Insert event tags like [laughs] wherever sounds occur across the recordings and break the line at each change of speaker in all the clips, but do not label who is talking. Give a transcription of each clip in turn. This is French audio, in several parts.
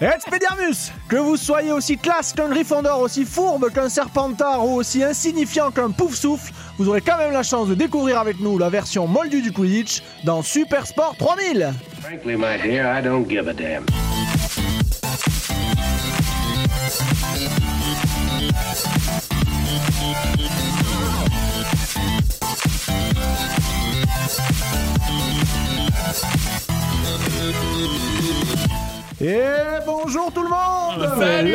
Expédiarmus Que vous soyez aussi classe qu'un Gryffondor, aussi fourbe qu'un Serpentard ou aussi insignifiant qu'un Pouf-Souffle, vous aurez quand même la chance de découvrir avec nous la version moldue du Quidditch dans Super Sport 3000
Frankly, my dear, I don't give a damn.
Et bonjour tout le monde
Salut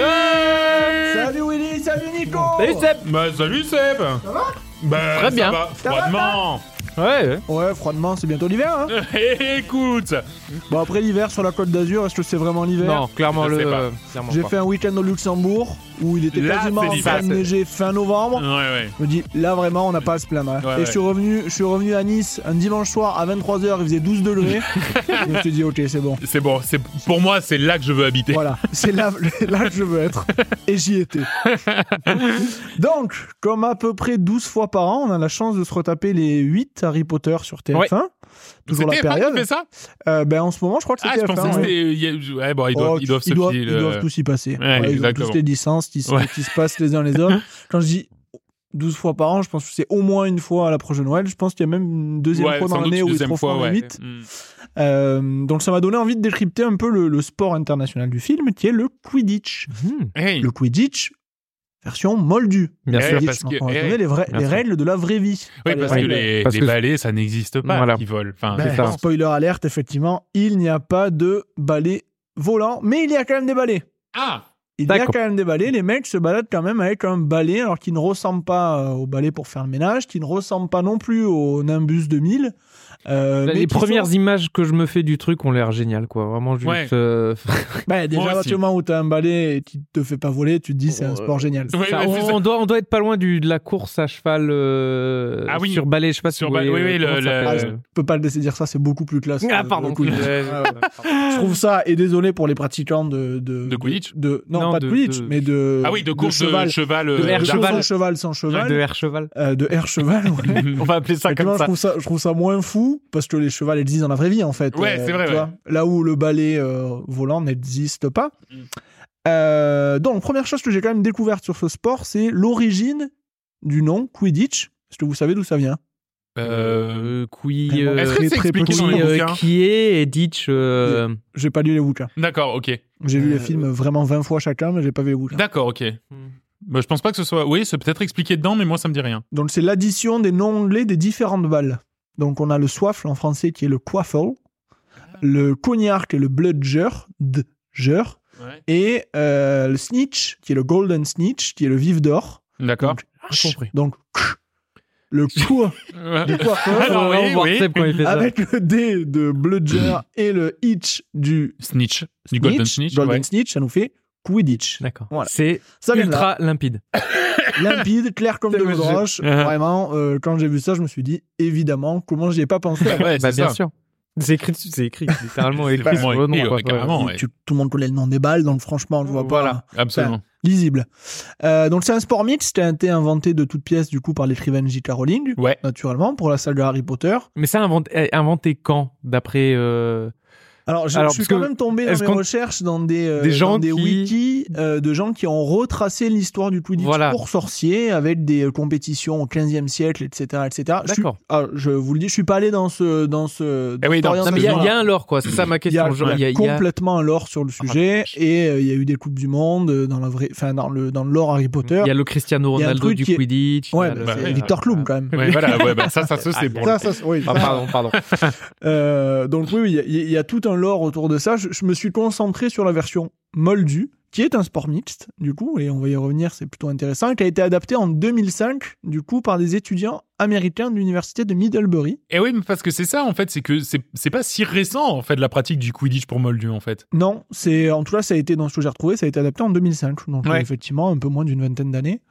Salut Willy, salut Nico
Salut Seb
Bah salut Seb Ça va Bah
Très bien.
ça va,
va,
froidement Eh,
Ouais,
Ouais, froidement, c'est bientôt l'hiver, hein
[laughs] Écoute
Bon, après l'hiver sur la côte d'Azur, est-ce que c'est vraiment l'hiver
non, clairement
Je
le.
sais pas.
euh, clairement
J'ai
pas.
fait un week-end au Luxembourg où il était
Là,
quasiment
c'est
en train
l'hiver,
de
c'est-
neiger fin novembre.
Ouais ouais.
Je me dis, là vraiment, on n'a pas à se plaindre. hein.
Ouais,
et
ouais.
Je, suis revenu, je suis revenu à Nice un dimanche soir à 23h, il faisait 12
[laughs]
degrés. je me suis dit, ok, c'est bon.
C'est bon, c'est pour moi c'est là que je veux habiter.
Voilà, c'est là, là que je veux être. Et j'y étais. Donc, comme à peu près 12 fois par an, on a la chance de se retaper les 8 Harry Potter sur TF1.
Ouais.
Toujours la
C'est TF1
période.
qui fait ça
Euh, ben, en ce moment, je crois que c'est
Ah je
TF1.
pensais que
ouais.
c'était... il y a- Ouais bon, ils doivent,
Oh,
ils doivent se
doivent-
filer
ils
le-
doivent tous y passer.
Ouais,
Ouais, ils ont
exactement.
tous les licences qui, se-
Ouais.
qui se passent les uns les autres. Quand je dis 12 fois par an, je pense que c'est au moins une fois à la prochaine Noël. Je pense qu'il y a même une deuxième
Ouais,
fois dans
sans doute
l'année
une
où ils
deuxième
trop
fois,
fort
ouais.
limite.
Mm.
Euh, donc ça m'a donné envie de décrypter un peu le, le sport international du film, qui est le Quidditch.
Hmm,
Hey.
Le Quidditch, version moldue.
Bien
Eh,
sûr.
Quidditch,
parce
donc
que-
on va
eh,
donner les, vrais-
bien
les
sûr.
règles de la vraie vie.
Oui
Pas
parce
les règles-
que les,
Parce
les
que-
balais ça n'existe pas
Voilà.
qui volent. Enfin,
Ben,
je pense.
spoiler alerte, effectivement, il n'y a pas de balai volant, mais il y a quand même des balais.
Ah
Il y a
D'accord.
quand même des balais. Les mecs se baladent quand même avec un balai, alors qui ne ressemble pas euh, au balai pour faire le ménage, qui ne ressemble pas non plus au Nimbus 2000. euh, mais
Les
qui
premières
sont-
images que je me fais du truc ont l'air géniales, quoi. Vraiment juste.
Ouais.
euh,
Bah, déjà,
Moi
à
aussi.
partir du moment où t'as un balai et qui te fait pas voler, tu te dis c'est un
Euh,
sport génial.
Ouais,
ça,
ouais, c'est
on,
ça.
on doit, on doit être pas loin du, de la course à cheval euh,
Ah oui.
sur balai, je sais pas si
Sur
vous
balai,
voyez, euh,
oui, oui,
comment
le-
ça
le-
s'appelle,
Ah, je peux pas le laisser dire ça, c'est beaucoup plus classe.
Ah,
que
pardon. [laughs]
le Quidditch. Je trouve ça, et désolé pour les pratiquants de. De,
De Quidditch
de- non,
Non,
pas de,
de-
Quidditch,
de-
mais de.
Ah oui, de course de cheval,
cheval.
euh,
de
l'air
cheval,
cheval.
sans cheval sans cheval.
de air cheval.
euh, de air cheval,
[laughs]
ouais.
On va appeler ça
Mais tu vois, Je trouve ça, je trouve ça moins fou parce que les chevals existent dans la vraie vie en fait. Euh,
Ouais, c'est vrai,
tu
ouais.
vois. là où le balai euh, volant n'existe pas.
Mm.
Euh, donc première chose que j'ai quand même découverte sur ce sport, c'est l'origine du nom Quidditch. Est-ce que vous savez d'où ça vient
Euh,
qui,
Vraiment.
euh,
Est-ce que
très,
c'est
très peu
expliqué
de
dans
qui,
le
euh,
bouquin
qui est et Ditch. euh,
J'ai pas lu les bouquins.
D'accord, ok.
J'ai lu
Euh,
les films vraiment 20 fois chacun, mais j'ai pas vu les bouquins.
D'accord, ok.
Hmm.
Bah, je pense pas que ce soit. Oui, c'est peut-être expliqué dedans, mais moi ça me dit rien.
Donc c'est l'addition des noms anglais des différentes balles. Donc on a le soifle en français qui est le quaffle,
Ah.
le cognard qui est le bludger, dger, et euh, le snitch, qui est le golden snitch, qui est le vif d'or.
D'accord.
Donc,
j'ai compris.
Donc, le coup
euh,
du
[laughs]
coiffeur
Alors,
Faut
oui,
vraiment voir
oui.
Seb quand il fait Ah ça.
avec le dé de bludger et le hitch du
Snitch. Du
snitch,
Golden Snitch.
golden
ouais.
snitch, ça nous fait Quidditch.
D'accord.
Voilà.
C'est
Ça vient de là,
ultra limpide.
limpide, clair
[laughs]
comme
C'est
de l'eau de
monsieur.
roche. Vraiment, euh, quand j'ai vu ça, je me suis dit, évidemment, comment j'y ai pas pensé avant.
Ouais,
Bah,
c'est
bien
ça.
sûr. C'est écrit dessus,
[laughs]
c'est écrit littéralement
C'est
écrit
vraiment
sur le nom.
écrit,
quoi.
ouais, carrément, ouais.
Tu- tout le monde connaît le nom des balles, donc franchement, je vois pas.
Voilà.
Absolument.
lisible. Euh, donc c'est un sport mixte qui a été inventé de toutes pièces du coup par l'écrivaine J.K. Rowling,
Ouais.
naturellement pour la salle de Harry Potter.
Mais ça inventé, inventé quand d'après euh,
Alors je,
Alors,
je suis
parce que
quand même tombé dans
est-ce
mes
qu'on-
recherches dans des, euh,
Des gens
dans des
qui-
wikis euh, de gens qui ont retracé l'histoire du Quidditch
Voilà.
pour sorciers avec des euh, compétitions au 15e siècle, etc., etc. Je suis-
D'accord.
ah, je vous le dis, je suis pas allé dans ce dans ce.
Eh oui,
cette
dans- non,
Non mais il y, a- il y
orientation-là.
a un lore quoi, c'est ça
Il y
ma
a,
question. Genre,
il y a complètement un lore sur le sujet
Ah, vache.
et euh, il y a eu des coupes du monde euh, dans la vraie, enfin dans le dans le lore Harry Potter.
il y a le Cristiano
Il y a un
Ronaldo
truc
du
qui est-
Quidditch. il y
Ouais,
a
mais
le-
bah,
c'est
ouais,
Victor Klum
ouais.
quand même.
Ouais, voilà, ouais, bah, ça,
[laughs]
ça, ça, c'est bon.
Ça, ça, oui,
Ah,
ça.
pardon, pardon.
[laughs] Euh, donc oui, oui, il y a- il y, a tout un lore autour de ça. Je, je me suis concentré sur la version moldue, qui est un sport mixte, du coup, et on va y revenir, c'est plutôt intéressant, qui a été adapté en 2005, du coup, par des étudiants américains de l'université de Middlebury.
Et oui, mais parce que c'est ça, en fait, c'est que c'est c'est pas si récent, en fait, la pratique du Quidditch pour Moldu, en fait.
Non, c'est en tout cas, ça a été, dans ce que j'ai retrouvé, ça a été adapté en 2005, donc
Ouais.
effectivement, un peu moins d'une vingtaine d'années,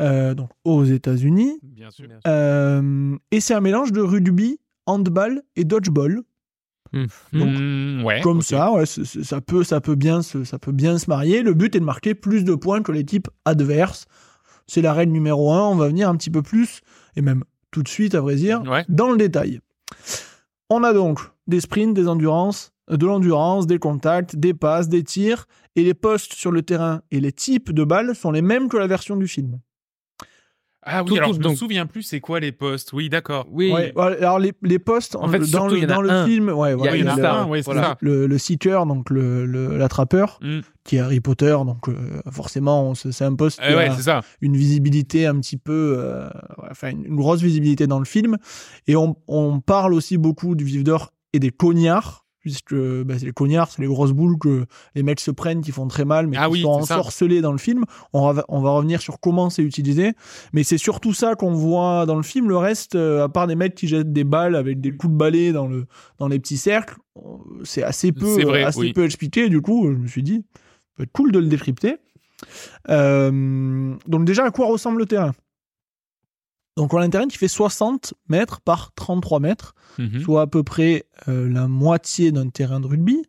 Euh, donc aux États-Unis.
Bien sûr.
Euh, et c'est un mélange de rugby, handball et dodgeball. Donc,
Hmm, ouais.
Comme
ok.
ça, ouais, c- c- ça, peut, ça, peut bien se, ça peut bien se marier. Le but est de marquer plus de points que l'équipe adverse. C'est la règle numéro 1. On va venir un petit peu plus, et même tout de suite, à vrai dire,
Ouais.
dans le détail. On a donc des sprints, des endurances, euh, de l'endurance, des contacts, des passes, des tirs, et les postes sur le terrain et les types de balles sont les mêmes que la version du film.
Ah oui,
Tout-
alors
tout-
je me
donc-
souviens plus c'est quoi les postes. Oui, d'accord.
Oui.
Ouais, voilà, alors les, les postes
En fait,
dans
surtout,
le,
il y en a
dans le
un.
film, ouais,
Il y a
voilà,
Oui, il y en
le-
a un, oui, c'est
voilà.
ça.
le, le seeker, donc le le- l'attrapeur,
Mm.
qui est Harry Potter, donc euh, forcément on se- c'est un poste
Eh
qui
ouais,
a
c'est ça.
une visibilité un petit peu, euh, ouais, enfin une, une grosse visibilité dans le film, et on, on parle aussi beaucoup du vif d'or et des cognards, puisque bah, c'est les cognards, c'est les grosses boules que les mecs se prennent, qui font très mal, mais
Ah
qui
oui,
sont
c'est ça.
ensorcelés dans le film. On va, on va revenir sur comment c'est utilisé, mais c'est surtout ça qu'on voit dans le film. Le reste, euh, à part des mecs qui jettent des balles avec des coups de balai dans le dans les petits cercles, on- c'est assez peu,
C'est vrai,
assez
oui.
peu expliqué. Du coup, je me suis dit, ça peut être cool de le décrypter. Euh, donc déjà, à quoi ressemble le terrain Donc on a un terrain qui fait 60 mètres par 33 mètres,
Mhm.
soit à peu près euh, la moitié d'un terrain de rugby.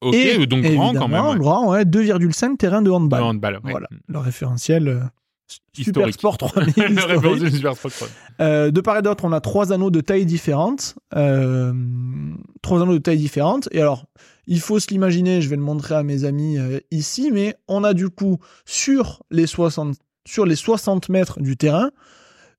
Ok, euh,
Et,
donc grand quand même.
évidemment,
ouais.
grand, ouais, 2,5 terrains de handball.
Le handball, ouais. Mm.
Voilà. Le référentiel euh, Super
Historique.
Sport 3000.
[laughs] Le
historique.
référentiel du Super Sport Club.
Euh, de part et d'autre, on a trois anneaux de taille différentes. Euh, trois anneaux de taille différentes. Et alors, il faut se l'imaginer, je vais le montrer à mes amis euh, ici, mais on a du coup, sur les 60, sur les 60 mètres du terrain,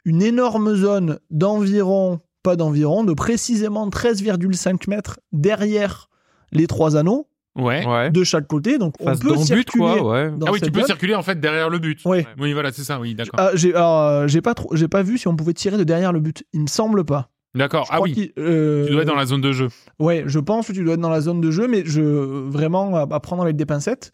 une énorme zone d'environ, pas d'environ, de précisément 13,5 mètres derrière les trois anneaux,
Ouais.
Ouais.
de chaque côté. Donc, on
Face
peut
d'embut,
circuler.
quoi. Ouais.
dans
Ah oui,
cette
tu peux
zone.
circuler en fait derrière le but.
Ouais.
Oui, voilà, c'est ça. Oui, d'accord.
Ah, j'ai alors, euh, j'ai pas trop- j'ai pas vu si on pouvait tirer de derrière le but. Il me semble pas.
D'accord.
Je
Ah
crois
oui.
qu'il- euh,
Tu dois être dans la zone de jeu.
Ouais, je pense que tu dois être dans la zone de jeu, mais je vraiment à à prendre avec des pincettes.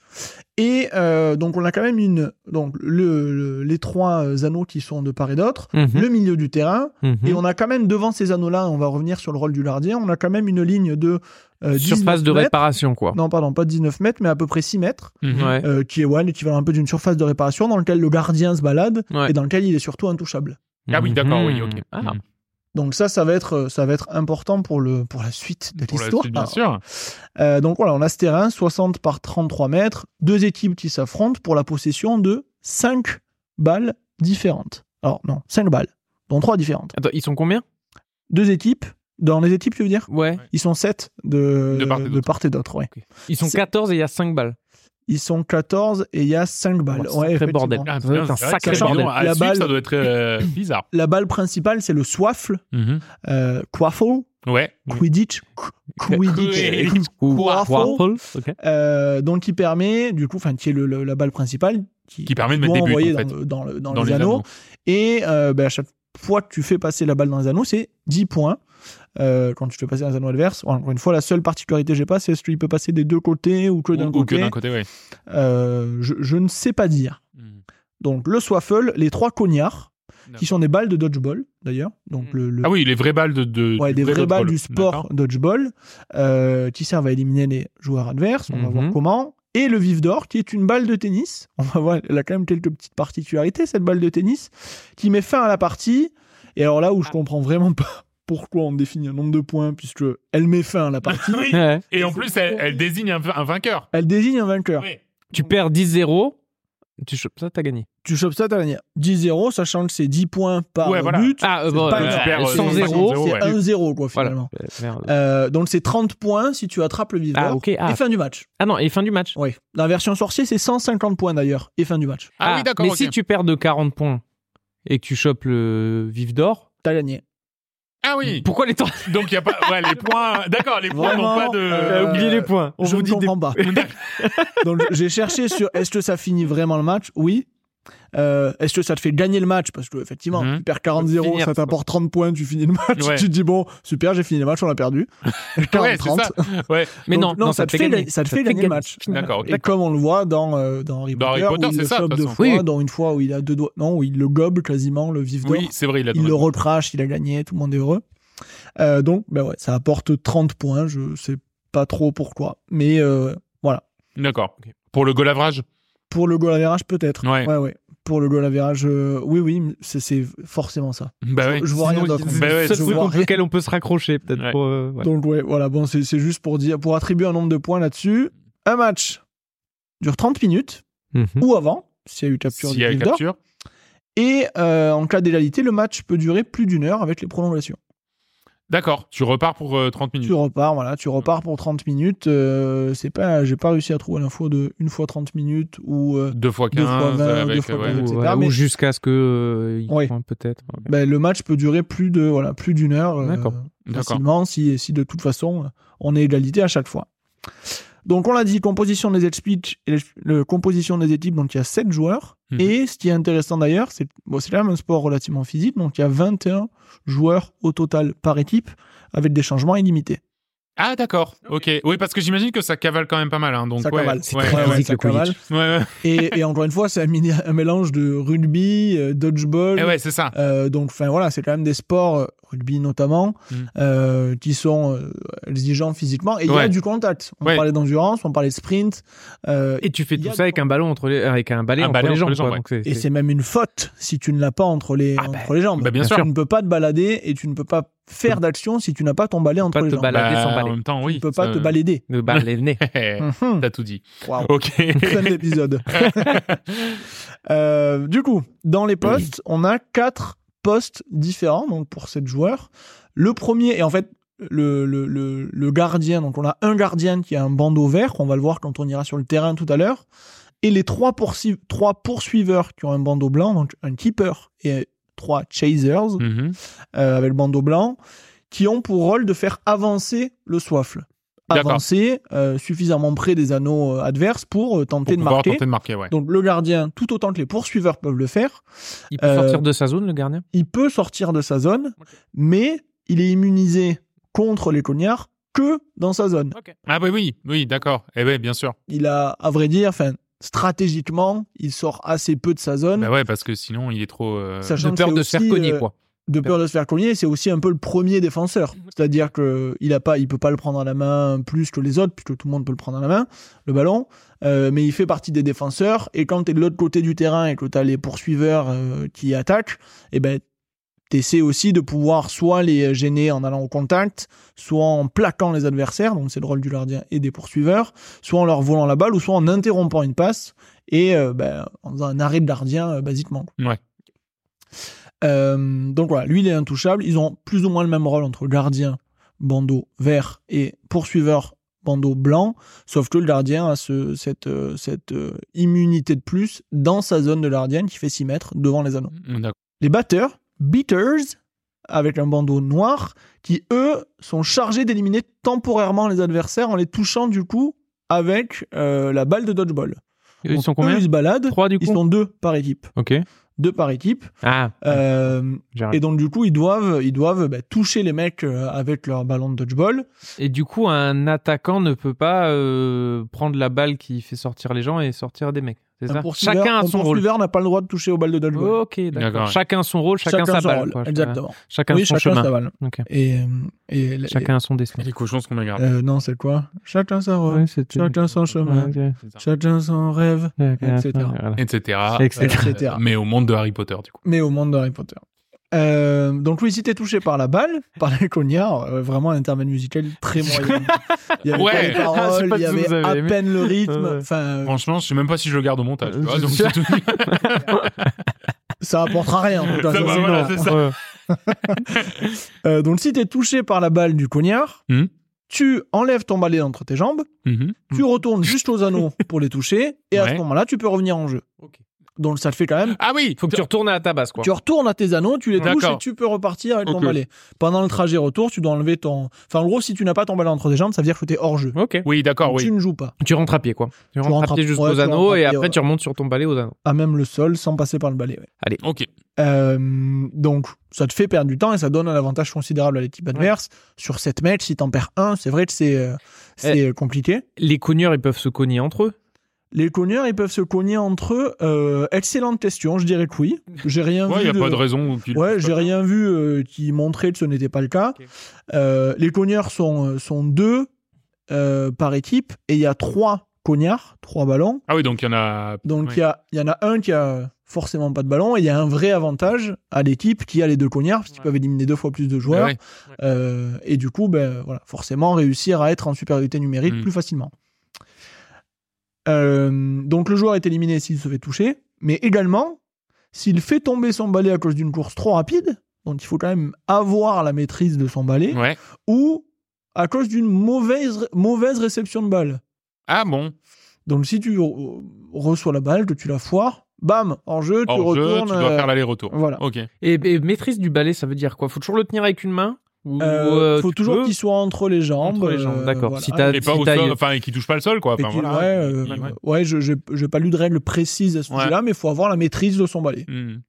Et euh, donc on a quand même une donc le, le- les trois euh, anneaux qui sont de part et d'autre,
Mhm,
le milieu du terrain,
mhm.
et on a quand même devant ces anneaux-là, on va revenir sur le rôle du gardien, on a quand même une ligne de euh, 19
Surface de
mètres.
réparation, quoi. Mm-hmm.
Non, pardon, pas 19 mètres, mais à peu près 6 mètres,
Mhm.
Ouais.
euh, qui est ouais, l'équivalent un peu d'une surface de réparation dans laquelle le gardien se balade
Ouais.
et dans laquelle il est surtout intouchable.
Ah oui, d'accord, oui,
Mhm.
ok.
Ah.
Mhm.
Donc ça, ça va être, ça va être important pour, le, pour la suite de
Pour la
l'histoire.
suite, bien
Ah,
sûr.
Euh, donc voilà, on a ce terrain, 60 par 33 mètres, deux équipes qui s'affrontent pour la possession de 5 balles différentes. Alors non, 5 balles, dont 3 différentes.
Attends, ils sont combien
Deux équipes, dans les équipes, tu veux dire
Ouais.
Ils sont 7 de,
De part et d'autre.
et d'autre, ouais.
Ils sont
C'est-
14 et il y a 5 balles.
Ils sont 14 et il y a 5 balles.
Oh,
ouais,
sacré
effectivement.
bordel.
Ah,
Ça doit
putain,
être un
c'est vrai que
sacré
ça, dis donc,
bordel.
à
La
suivre,
balle-
Ça doit être euh, bizarre.
La balle principale, c'est le soifle,
Mm-hmm.
euh, quaffle,
Ouais.
quidditch, qu- quidditch.
Quidditch.
Ou-
Waffle.
Waffle, ok.
Euh, donc qui permet, du coup, enfin qui est le- le- la balle principale, qui,
Qui permet de
doit
mettre des buts,
envoyer
en
dans,
fait.
le- dans le- dans
Dans
les,
les
anneaux.
anneaux.
Et euh, ben, à chaque fois que tu fais passer la balle dans les anneaux, c'est 10 points. Euh, quand tu fais passer dans les anneaux adverses, Voilà, encore une fois, la seule particularité que j'ai pas, c'est est-ce qu'il peut passer des deux côtés ou que d'un
Ou- ou que
côté.
d'un côté, ouais.
Euh, je, je ne sais pas dire. Donc le Swaffle, les trois cognards, qui sont des balles de dodgeball d'ailleurs. Donc
Mm.
le, le-
Ah oui, les vraies balles de. de
Ouais,
du
des
vrai
vraies balles
football.
du sport
D'accord.
dodgeball euh, qui servent à éliminer les joueurs adverses. On va
Mhm.
voir comment. Et le vif d'or qui est une balle de tennis. [laughs] On va voir, elle a quand même quelques petites particularités, cette balle de tennis, qui met fin à la partie. Et alors là où je comprends vraiment pas [laughs] pourquoi on définit un nombre de points, puisque elle met fin à la partie,
Oui.
Ouais.
Et en plus, elle, elle désigne un, un vainqueur.
elle désigne un vainqueur.
Ouais.
Tu
Mmh.
perds 10-0, tu chopes ça, t'as gagné.
Tu chopes ça, t'as gagné. 10-0, sachant que c'est 10 points par
Ouais, voilà.
but.
Ah, euh,
C'est
bon,
pas
euh,
une
super, euh,
sans
c'est-
zéro.
C'est
ouais.
1-0, quoi,
Voilà.
finalement.
Euh, merde.
Euh, donc c'est 30 points si tu attrapes le vif d'or.
Ah, ok. Ah.
Et fin du match.
Ah non, et fin du match.
Oui. Dans la version sorcier, c'est 150 points d'ailleurs, et fin du match.
Ah, oui, d'accord.
Mais
ok.
si tu perds de 40 points et que tu chopes le vif d'or,
T'as gagné.
Ah oui.
pourquoi les temps
Donc, il n'y a pas. Ouais,
[laughs]
les points. D'accord, les points
Vraiment,
n'ont pas de.
euh,
[laughs] Oubliez les points. On
je
vous
ne
dit des-
comprends pas. [laughs] Donc j'ai cherché sur est-ce que ça finit vraiment le match Oui. Euh, est-ce que ça te fait gagner le match Parce que effectivement,
Mhm.
tu perds 40-0,
Finir,
ça t'apporte 30 points, tu finis le match,
Ouais.
tu te dis bon, super, j'ai fini le match, on a perdu. 40-30.
[laughs] Ouais, c'est ça. Ouais,
Mais
Donc,
non,
non, ça te fait gagner- ça te fait gagner le match.
d'accord. ok.
Et comme on le voit dans, euh, dans Harry
Dans
Potter,
Harry Potter,
où il
c'est
le
ça, de
chope
toute
deux
façon.
fois,
Oui.
dans une fois où il a deux doigts, non, où il le gobe quasiment, le vif d'or.
Oui, c'est vrai, il a
il le
droit.
recrache, il a gagné, tout le monde est heureux. Euh, donc, ben ouais, ça apporte 30 points, je sais pas trop pourquoi. Mais euh, voilà.
D'accord. Pour le goal average
Pour le goal average, peut-être.
Ouais.
ouais, Pour le goal average, euh, oui, oui, c'est- c'est forcément ça.
Bah oui.
Je vois rien d'autre.
Bah ouais,
C'est le
Je
seul truc
vois
contre
rien.
lequel on peut se raccrocher, peut-être.
Ouais.
pour, euh, ouais.
Donc, ouais, voilà, bon, c'est c'est juste pour dire, pour attribuer un nombre de points là-dessus. Un match dure 30 minutes,
Mhm.
ou avant, s'il y a eu capture
S'il
du
y a
Gryffondor.
capture.
Et euh, en cas d'égalité, le match peut durer plus d'une heure avec les prolongations.
D'accord, tu repars pour euh, 30 minutes.
Tu repars, voilà, tu repars pour 30 minutes. euh, c'est pas, j'ai pas réussi à trouver l'info de une fois 30 minutes ou euh,
2 fois
Deux
15,
fois 20,
avec,
deux fois
euh, ouais.
je
Ou,
sais
ouais,
pas,
ou
mais-
jusqu'à ce que euh, il
Oui.
prend peut-être. ouais.
ben, le match peut durer plus de voilà plus d'une heure euh,
D'accord.
D'accord.
facilement si si de toute façon on est égalité à chaque fois. Donc on l'a dit, composition des speech et les- le composition des équipes, donc il y a 7 joueurs.
Mhm.
Et ce qui est intéressant d'ailleurs, c'est bon, c'est quand même un sport relativement physique, donc il y a 21 joueurs au total par équipe, avec des changements illimités.
Ah d'accord, ok. Oui, parce que j'imagine que ça cavale quand même pas mal. Hein, donc,
Ça
ouais,
cavale.
ouais,
C'est
ouais,
très
ouais.
physique, le
cavale.
Quidditch.
[laughs]
Ouais, ouais.
Et, et encore une fois, c'est un, mini- un mélange de rugby, euh, dodgeball,
Eh ouais, c'est ça.
Euh, donc, enfin voilà, c'est quand même des sports, euh, rugby notamment,
Mm.
euh, qui sont euh, exigeants physiquement. Et il y a
Ouais.
du contact. On
Ouais.
parlait d'endurance, on parlait de sprint. euh, et
Et tu fais
Il y
tout
a
ça avec un ballon entre les, avec un balai
Un
entre,
balai
les
entre
jambes,
les jambes,
quoi.
ouais.
Donc c'est-
et
c'est-
c'est même une faute si tu ne l'as pas entre les,
Ah
entre
bah,
les jambes.
bah, bien
tu
sûr.
ne peux pas te balader et tu ne peux pas faire d'action si tu n'as pas ton balai entre
Pas
les
te
jambes.
balader
Bah,
sans
En
balai.
même temps, oui.
Tu ne peux pas
ça- euh, [laughs] Eh,
te balader.
Le balai le nez.
Mhm.
T'as tout dit.
Waouh. [laughs]
Ok.
Fin de l'épisode. Euh, du coup, dans les postes, on a quatre postes différents donc pour sept joueurs. Le premier est en fait le, le, le- le gardien. Donc on a un gardien qui a un bandeau vert, on va le voir quand on ira sur le terrain tout à l'heure. Et les trois, poursuiv- trois poursuiveurs qui ont un bandeau blanc, donc un keeper et trois chasers
Mhm.
euh, avec le bandeau blanc, qui ont pour rôle de faire avancer le soifle.
D'accord.
Avancer euh, suffisamment près des anneaux euh, adverses pour euh,
Pour
tenter de
pouvoir
marquer.
tenter de marquer, ouais.
Donc le gardien, tout autant que les poursuiveurs peuvent le faire,
Il peut
Euh,
sortir de sa zone, le gardien
il peut sortir de sa zone, mais il est immunisé contre les cognards que dans sa zone.
Ah oui, oui, oui, d'accord. Eh ouais, bien sûr.
Il a, à vrai dire, enfin, stratégiquement, il sort assez peu de sa zone.
Bah ouais, parce que sinon, il est trop. euh,
Sachant
De
que
peur
c'est
de se faire
aussi,
cogner,
euh,
quoi.
de peur de se faire cogner, c'est aussi un peu le premier défenseur. C'est-à-dire que il a pas, il peut pas le prendre à la main plus que les autres, puisque tout le monde peut le prendre à la main, le ballon. Euh, mais il fait partie des défenseurs. Et quand t'es de l'autre côté du terrain et que t'as les poursuiveurs euh, qui attaquent, eh ben t'essaies aussi de pouvoir soit les gêner en allant au contact, soit en plaquant les adversaires, donc c'est le rôle du gardien et des poursuiveurs, soit en leur volant la balle, ou soit en interrompant une passe et euh, ben, en faisant un arrêt de gardien euh, basiquement. quoi.
Ouais.
Euh, donc voilà, lui il est intouchable. Ils ont plus ou moins le même rôle entre gardien, bandeau vert et poursuiveur, bandeau blanc. Sauf que le gardien a ce- cette, euh, cette euh, immunité de plus dans sa zone de gardienne qui fait 6 mètres devant les anneaux.
Hmm, D'accord.
Les batteurs, beaters, avec un bandeau noir, qui eux sont chargés d'éliminer temporairement les adversaires en les touchant du coup avec euh, la balle de dodgeball.
Ils
Donc,
sont
eux,
combien
Ils se baladent.
Trois, du
Ils
coup
sont deux par équipe.
Ok.
Deux par équipe.
Ah,
Euh,
j'arrête.
et donc du coup, ils doivent, ils doivent bah, toucher les mecs euh, avec leur ballon de dodgeball.
Et du coup, un attaquant ne peut pas euh, prendre la balle qui fait sortir les gens et sortir des mecs. C'est ça
Un poursuiveur-
Chacun a
un
son rôle.
poursuiveur n'a pas le droit de toucher aux balles de dodgeball.
Ok,
D'accord,
d'accord.
ouais.
Chacun son rôle, chacun, sa
son
balle.
rôle,
quoi. Chacun-
Exactement.
Chacun
oui,
son
chacun
chemin.
sa balle.
Ok.
Et, euh, et
Chacun son destin.
Les cochons, ce qu'on les garde.
euh, non, c'est quoi Chacun sa rôle.
Ouais, c'était-
Chacun son chemin.
Ouais,
Chacun son rêve.
ok.
Etc.
Voilà.
Etc.
Etc.
Etc.
Mais au monde de Harry Potter, du coup.
Mais au monde d'Harry Potter. Euh, donc oui, si t'es touché par la balle, [laughs] par les cognards, euh, vraiment un intermède musical très
[laughs]
moyen. Il y avait pas
Ouais.
les
Je sais
paroles,
pas
il y
si vous
avait
avez
à
aimé.
peine le rythme.
Ouais.
Enfin, euh,
Franchement, je sais même pas si je le garde au montage.
Euh,
tu vois, donc
c'est
c'est tout.
[laughs] ça apportera rien. En tout cas,
Ça
ça,
va,
c'est
voilà,
clair.
c'est ça.
Ouais.
Euh, donc si t'es touché par la balle du cognard,
Mhm.
tu enlèves ton balai entre tes jambes,
Mhm.
tu retournes juste aux
[laughs]
anneaux pour les toucher, et à
Ouais.
ce moment-là, tu peux revenir en jeu. Donc ça te fait quand même
Ah oui
Faut que tu retournes à ta base, quoi.
Tu retournes à tes anneaux, tu les touches
D'accord.
et tu peux repartir avec ton
Ok.
balai. Pendant le trajet retour, tu dois enlever ton. Enfin, en gros, si tu n'as pas ton balai entre tes jambes, ça veut dire que tu es hors jeu.
Ok.
Oui, d'accord,
Donc,
Ah oui.
Tu ne joues pas.
Tu rentres à pied, quoi. Tu rentres,
rentres à-
à pied
ouais,
jusqu'aux
tu rentres
anneaux
à
et
pied,
après
ouais.
tu remontes sur ton balai aux anneaux.
À même le sol, sans passer par le balai. ouais.
Ok.
Euh, donc, ça te fait perdre du temps et ça donne un avantage considérable à l'équipe adverse. Sur 7 matchs, si t'en perds un, c'est vrai que c'est euh,
Eh.
c'est euh, compliqué.
Les cogneurs, ils peuvent se cogner entre eux.
Les cogneurs, ils peuvent se cogner entre eux. Euh, excellente question, je dirais que oui. J'ai rien
Ouais,
vu.
il n'y
de-
a pas de raison. où tu le
Ouais,
fasses
j'ai
pas.
rien vu euh, qui montrait que ce n'était pas le cas.
Ok.
Euh, les cognards sont, euh, sont deux euh, par équipe et il y a trois cognards, trois ballons.
Ah oui, donc il y en a.
Donc il
Ouais.
y, a- il y en a un qui a forcément pas de ballon et il y a un vrai avantage à l'équipe qui a les deux cognards parce qu'ils
Ouais.
peuvent éliminer deux fois plus de joueurs.
Ouais.
Euh, et du coup, ben, voilà, forcément réussir à être en supériorité numérique
Mm.
plus facilement. Euh, donc le joueur est éliminé s'il se fait toucher, mais également s'il fait tomber son balai à cause d'une course trop rapide, dont il faut quand même avoir la maîtrise de son balai,
Ouais.
ou à cause d'une mauvaise, mauvaise réception de balle.
Ah bon
Donc si tu re- reçois la balle, que tu la foires, bam, en jeu, tu
Hors jeu,
retournes.
tu dois
euh,
faire l'aller-retour.
voilà.
Ok.
Et, et maîtrise du balai, ça veut dire quoi Faut toujours le tenir avec une main Ou,
Euh,
euh,
faut
tu
toujours
peux
qu'il soit entre les jambes.
Entre les jambes,
euh,
d'accord.
voilà.
Si t'as-
Et pas
si
au
t'as-
sol, enfin, et qui touche pas le sol, quoi.
Et
Enfin,
puis,
voilà.
ouais, euh,
Ouais.
ouais, je je- j'ai pas lu de règles précises à ce
Ouais.
sujet-là, mais il faut avoir la maîtrise de son balai.
Hmm.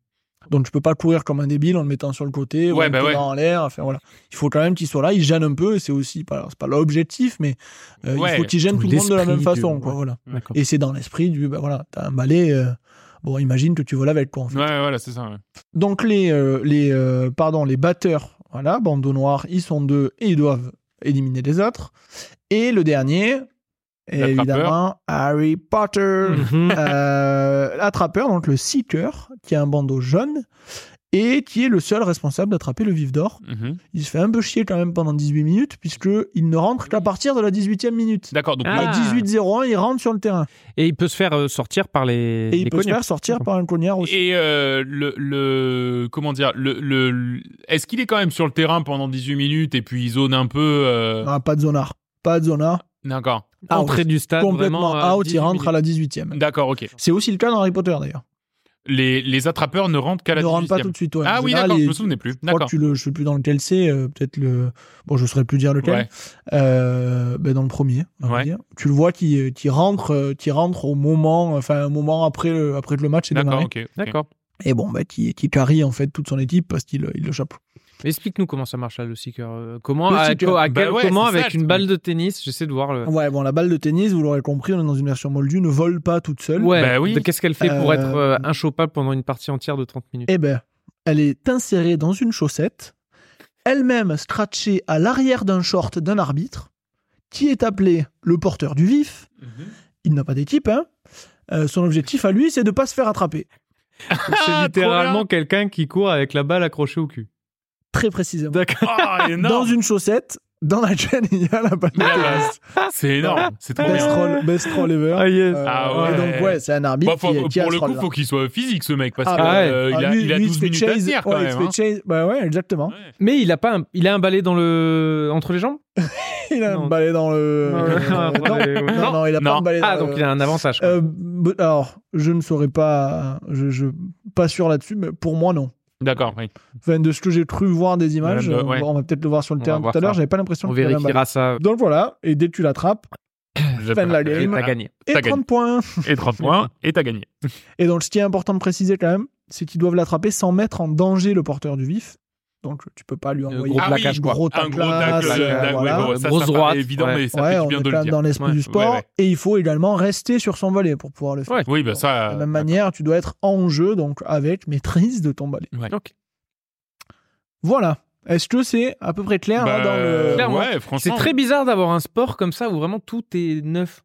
Donc tu peux pas courir comme un débile en le mettant sur le côté, ou
Ouais,
en le
bah
tenant
ouais.
en l'air. Enfin voilà, il faut quand même qu'il soit là, il gêne un peu. C'est aussi pas, c'est pas l'objectif, mais euh,
Ouais.
il faut qu'il gêne
Ou
tout le monde de la même
l'esprit du-
façon, quoi.
ouais.
Voilà.
D'accord.
Et c'est dans l'esprit du, bah voilà, t'as un balai. euh, bon, imagine que tu voles avec, quoi. en fait.
Ouais, voilà, c'est ça. ouais.
Donc les, euh, les, euh, pardon, les batteurs, voilà, bandeau noir, ils sont deux et ils doivent éliminer les autres. Et le dernier,
L'attrapeur.
évidemment, Harry
[laughs]
Potter,
Mhm.
Euh, l'attrapeur, donc le seeker, qui a un bandeau jaune et qui est le seul responsable d'attraper le vif d'or.
Mhm.
Il se fait un peu chier quand même pendant 18 minutes, puisque il ne rentre qu'à partir de la 18e minute.
D'accord, donc
Ah.
À 18-01, il rentre sur le terrain.
Et il peut se faire euh, sortir par les.
Et il
les
peut se
cognards.
faire sortir par un cognard aussi.
Et euh, le, le- Comment dire le, le, le- Est-ce qu'il est quand même sur le terrain pendant 18 minutes et puis il zone un peu. euh,
Ah, pas de zonard. Pas de zonard.
D'accord.
Entrée du stade.
complètement
vraiment, à
euh,
out, il
18
rentre à
minutes.
la 18e.
D'accord, ok.
C'est aussi le cas dans Harry Potter d'ailleurs.
Les, les attrapeurs ne rentrent qu'à la
ne
18
rentre pas tout de suite. ouais.
Ah
En
oui,
général,
d'accord,
il-
je me souvenais plus.
je crois
D'accord.
que tu le, je sais plus dans lequel c'est, euh, peut-être le. Bon, je saurais plus dire lequel.
Ouais.
Euh, ben, dans le premier, on va
Ouais.
dire. Tu le vois qui, qui rentre, euh, qui rentre au moment, enfin un moment après le, après que le match est
D'accord,
démarré.
ok. ok.
D'accord.
Et bon, ben, qui, qui carry en fait toute son équipe parce qu'il euh, il le chope.
Mais Explique-nous comment ça marche là, le seeker. Euh, Comment,
Le
à-
seeker.
à
Bah
quel-
ouais,
comment
c'est ça,
avec
je-
une balle de tennis, j'essaie de voir le.
Ouais, bon, la balle de tennis, vous l'aurez compris, on est dans une version moldue, ne vole pas toute seule.
Ouais,
Bah oui.
de- qu'est-ce qu'elle fait pour
Euh,
être euh, inchopable pendant une partie entière de 30
[laughs]
minutes
Eh ben, elle est insérée dans une chaussette, elle-même scratchée à l'arrière d'un short d'un arbitre, qui est appelé le porteur du vif.
Mhm.
il n'a pas d'équipe. Hein. Euh, son objectif à lui, c'est de pas se faire attraper.
C'est
Ah, trop
littéralement quelqu'un qui court avec la balle accrochée au cul.
Très précisément.
D'accord.
Ah,
Dans
énorme
une chaussette, dans laquelle [laughs] il y a la balle de
Ah, bah,
tennis.
C'est énorme, c'est trop
Best
bien.
roll, best roll ever.
Ah, yes.
Euh,
Ah ouais.
et donc, ouais, c'est un arbitre.
Bah, faut-
qui, qui a
pour
ce
le coup,
rôle-là.
faut qu'il soit physique ce mec parce
Ah,
que
ouais.
euh, il,
Ah,
a,
lui-
il a
lui,
12
se fait
minutes à
chase.
tenir quand
Ouais, il se
même.
fait
hein.
chase. Bah ouais, exactement.
Ouais.
Mais il a pas, un, il a un balai dans le entre les jambes.
[laughs] Il a
Non.
un balai dans le.
Non, ouais,
Euh, [laughs] non,
ouais.
non, non, il a
Non.
pas de balai
Ah
dans
donc
le.
il a un avantage. quoi.
Euh, b- alors, je ne saurais pas, je, je pas sûr là-dessus, mais pour moi non.
D'accord, oui.
Enfin, de ce que j'ai cru voir des images,
Madame de- ouais.
on va peut-être le voir sur le
On va
terrain
voir
tout à l'heure.
ça.
J'avais pas l'impression
On
qu'il y avait un balai.
vérifiera ça. euh,
Donc voilà, et dès que tu l'attrapes,
J'appelle-
de la
Et
game.
t'as gagné.
et
T'as
30
gagné.
points.
Et 30 points, et t'as gagné.
Et donc ce qui est important de préciser quand même, c'est qu'ils doivent l'attraper sans mettre en danger le porteur du vif. Donc tu peux pas lui
Le
envoyer
gros
un
plaquage,
Ah gros
quoi.
Un gros
taclasse,
tacle,
euh,
euh,
voilà.
ouais, bon, ça,
Grosse
ça paraît
droite,
évident,
ouais.
mais ça
Ouais,
fait
on
du
est
bien de
quand
le
même
dire.
dans l'esprit
Ouais,
du sport
ouais, ouais.
et il faut également rester sur son balai pour pouvoir le faire.
Ouais.
Oui, bah
De
ça.
la même manière, tu dois être en jeu, donc avec maîtrise de ton balai.
Ouais.
Ok.
Voilà. Est-ce que c'est à peu près clair hein,
Bah,
dans le...
Clairement.
Ouais, franchement.
C'est très bizarre d'avoir un sport comme ça où vraiment tout est neuf.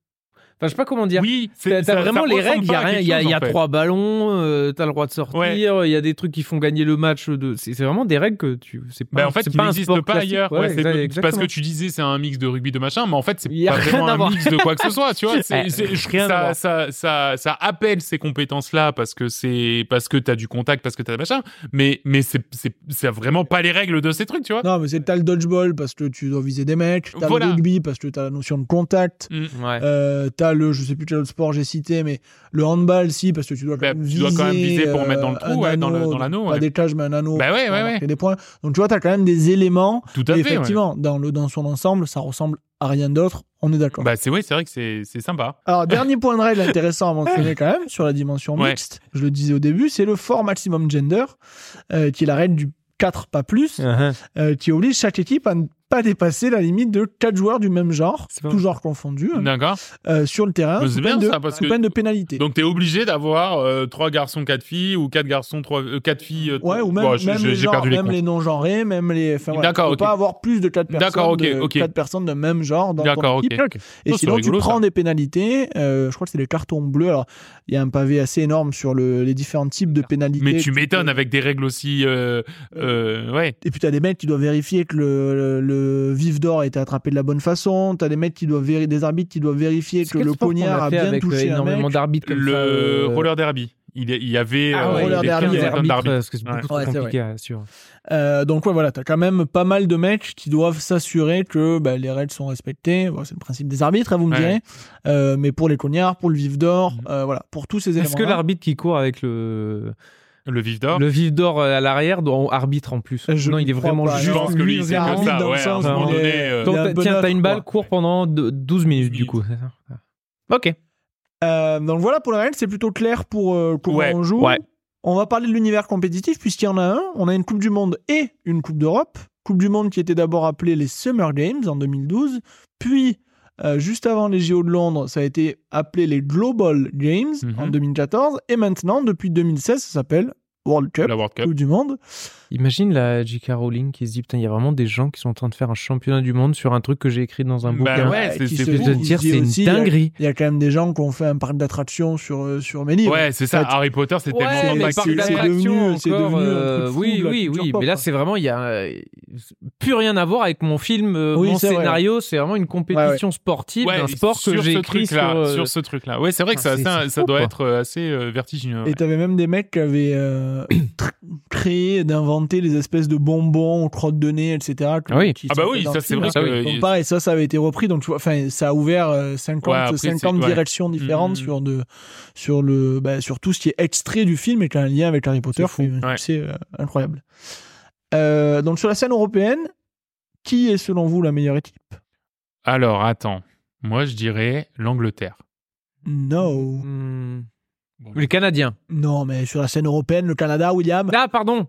Enfin je sais pas comment dire.
Oui, c'est-
T'as
ça-
t'as
ça
vraiment les
ressemble
règles, il y
pas
a,
à
rien,
quelque
il y a,
chose,
il y
en
a
fait.
trois ballons, euh, t'as le droit de sortir,
Ouais.
il y a des trucs qui font gagner le match. De... C'est c'est vraiment des règles que tu. C'est pas,
Bah, en fait,
Ah, c'est
il
pas un
n'existe
sport
pas
classique.
ailleurs. Ouais,
Ouais,
c'est-
exact-
parce
exactement.
que tu disais c'est un mix de rugby de machin, mais en fait c'est
Il y a
pas
rien
vraiment
à
un
voir.
mix de quoi que ce soit,
[laughs]
tu vois.
Il y a
C'est- c'est- je-
rien à
ça,
voir.
ça, ça, ça appelle ces compétences-là parce que c'est parce que t'as du contact, parce que t'as machin, mais mais c'est c'est c'est vraiment pas les règles de ces trucs, tu vois.
Non, mais c'est t'as le dodgeball parce que tu dois viser des mecs, t'as
Voilà.
le rugby parce que t'as la notion de contact,
Ouais.
Euh, t'as le, je sais plus quel autre sport j'ai cité, mais le handball, si, parce que tu dois quand,
Bah,
même,
tu
viser,
dois quand même viser pour mettre dans le
euh,
trou,
un
ouais, dans le-
anneau,
dans l'anneau,
Pas
ouais.
des cages, mais un anneau.
Bah ouais,
pour
ouais,
marquer
ouais.
Des points. Donc tu vois, t'as quand même des éléments.
Tout à
Et
fait. ouais.
effectivement, dans, le, dans son ensemble, ça ressemble à rien d'autre. On est d'accord.
Bah c'est oui, c'est vrai que c'est c'est sympa.
Alors, dernier point de règle intéressant à mentionner quand même sur la dimension
Ouais.
mixte, je le disais au début, c'est le fort maximum gender, euh, qui est la règle du 4 pas plus, euh, qui oblige chaque équipe à ne pas dépasser la limite de 4 joueurs du même genre,
C'est pas
tout genre confondu, hein,
D'accord.
euh, sur le terrain,
Mais
sous
c'est
peine,
bien,
de,
ça, parce
sous
que-
peine de pénalité.
Donc t'es obligé d'avoir euh, trois garçons, quatre filles ou quatre garçons, trois euh, quatre filles. euh,
Ouais, ou même,
bon, je-
même
je-
les,
j'ai
gens-
perdu les
même
comptes.
les non-genrés, même les. Enfin, voilà,
D'accord,
tu peux
ok.
pas avoir plus de 4 personnes,
D'accord, ok,
de,
ok.
quatre personnes de même genre dans ton
D'accord, ok.
équipe. Et
Ça, c'est
sinon,
rigolo,
tu prends
ça.
des pénalités. euh, je crois que c'est les cartons bleus. Alors, il y a un pavé assez énorme sur le- les différents types de pénalités.
Mais
que
tu
peux-
m'étonnes avec des règles aussi. euh, euh, ouais.
Et puis, tu as des mecs qui doivent vérifier que le, le, le vif d'or a été attrapé de la bonne façon. Tu as des mecs qui doivent véri- des arbitres qui doivent vérifier
C'est
que
quel
le
sport qu'on
poignard a
fait
bien
avec euh,
touché un
énormément
mec.
d'arbitres comme ça,
Le
euh,
roller derby. Il y, il y avait
Ah,
euh,
Roller
des
derby,
quinzaines
ouais.
arbitres,
d'arbitres.
parce que c'est beaucoup
Ouais.
trop
Ouais, c'est
compliqué hein, à suivre.
Euh, donc ouais voilà, t'as quand même pas mal de matchs qui doivent s'assurer que bah, les règles sont respectées. Bon, c'est le principe des arbitres, hein, vous me
Ouais.
direz. Euh, mais pour les cognards, pour le vif d'or,
Mhm.
euh, voilà, pour tous ces éléments.
Est-ce que l'arbitre qui court avec le
Le vif d'or.
le vif d'or euh, à l'arrière doit arbitre en plus
Euh, Je
Non, il est
crois
vraiment
pas,
Je
juste.
non.
pense que lui,
lui,
c'est comme
arbitre
ça.
dans le
Ouais, à un
sens
moment
où il
donné.
est-
euh,
il y a un
Donc,
bon
tiens, t'as
offre,
une balle,
quoi.
court pendant de- 12 minutes du
minutes.
coup. c'est ça Ok.
Euh, donc voilà pour la règle, c'est plutôt clair pour euh, comment
Ouais,
on joue.
ouais.
On va parler de l'univers compétitif puisqu'il y en a un. On a une Coupe du Monde et une Coupe d'Europe. Coupe du Monde qui était d'abord appelée les Summer Games en 2012, puis euh, juste avant les JO de Londres, ça a été appelé les Global Games
Mhm.
en 2014, et maintenant depuis 2016, ça s'appelle World Cup,
la World Cup.
Coupe du Monde.
Imagine la J.K. Rowling qui se dit Putain, il y a vraiment des gens qui sont en train de faire un championnat du monde sur un truc que j'ai écrit dans un
Bah
bouquin.
ouais,
euh,
c'est-
qui
c'est
se
Je
fou.
joue.
veux te dire,
Il y a
Ah c'est une
aussi- il y a-
dinguerie.
Il y a quand même des gens qui ont fait un parc d'attractions sur euh, sur mes livres.
Ouais, c'est ça.
Ouais,
Harry Potter, c'est tellement
mais
tellement
c'est-
impacté.
c'est
d'attraction
devenu- c'est
encore,
devenu un
euh,
truc fou
oui,
de la
oui,
culture
oui.
pop,
Mais là,
hein.
c'est vraiment, il y a euh, plus rien à voir avec mon film, euh,
Oui,
mon
c'est vrai.
scénario. C'est vraiment une compétition sportive
Ouais,
d'un sport que
sur
j'ai
ce
écrit sur.
truc-là,
euh,
sur ce truc-là. Ouais, c'est vrai que
Putain,
ça,
c'est-
ça,
c'est
ça
fou,
doit
quoi.
être euh, assez euh, vertigineux.
Et
ouais.
t'avais même des mecs qui avaient euh, tr- créé, d'inventer des espèces de bonbons, crottes de nez, etc. que-
Ah oui.
qui
Ah bah
sont
oui,
dans
ça
le
c'est
film.
vrai
Ah oui.
que
Donc pareil, ça, ça avait été repris. Donc tu vois, enfin, ça a ouvert euh, 50,
Ouais, après, c'est-
50
ouais.
directions différentes
Mhm.
sur de, sur le, bah, sur tout ce qui est extrait du film et qui a un lien avec Harry Potter.
fou,
C'est un
ouais.
succès, euh, incroyable. Euh, donc sur la scène européenne, qui est selon vous la meilleure équipe
Alors, attends. Moi, je dirais l'Angleterre.
No.
hmm, les Canadiens.
Non, mais sur la scène européenne, le Canada, William.
Ah, pardon.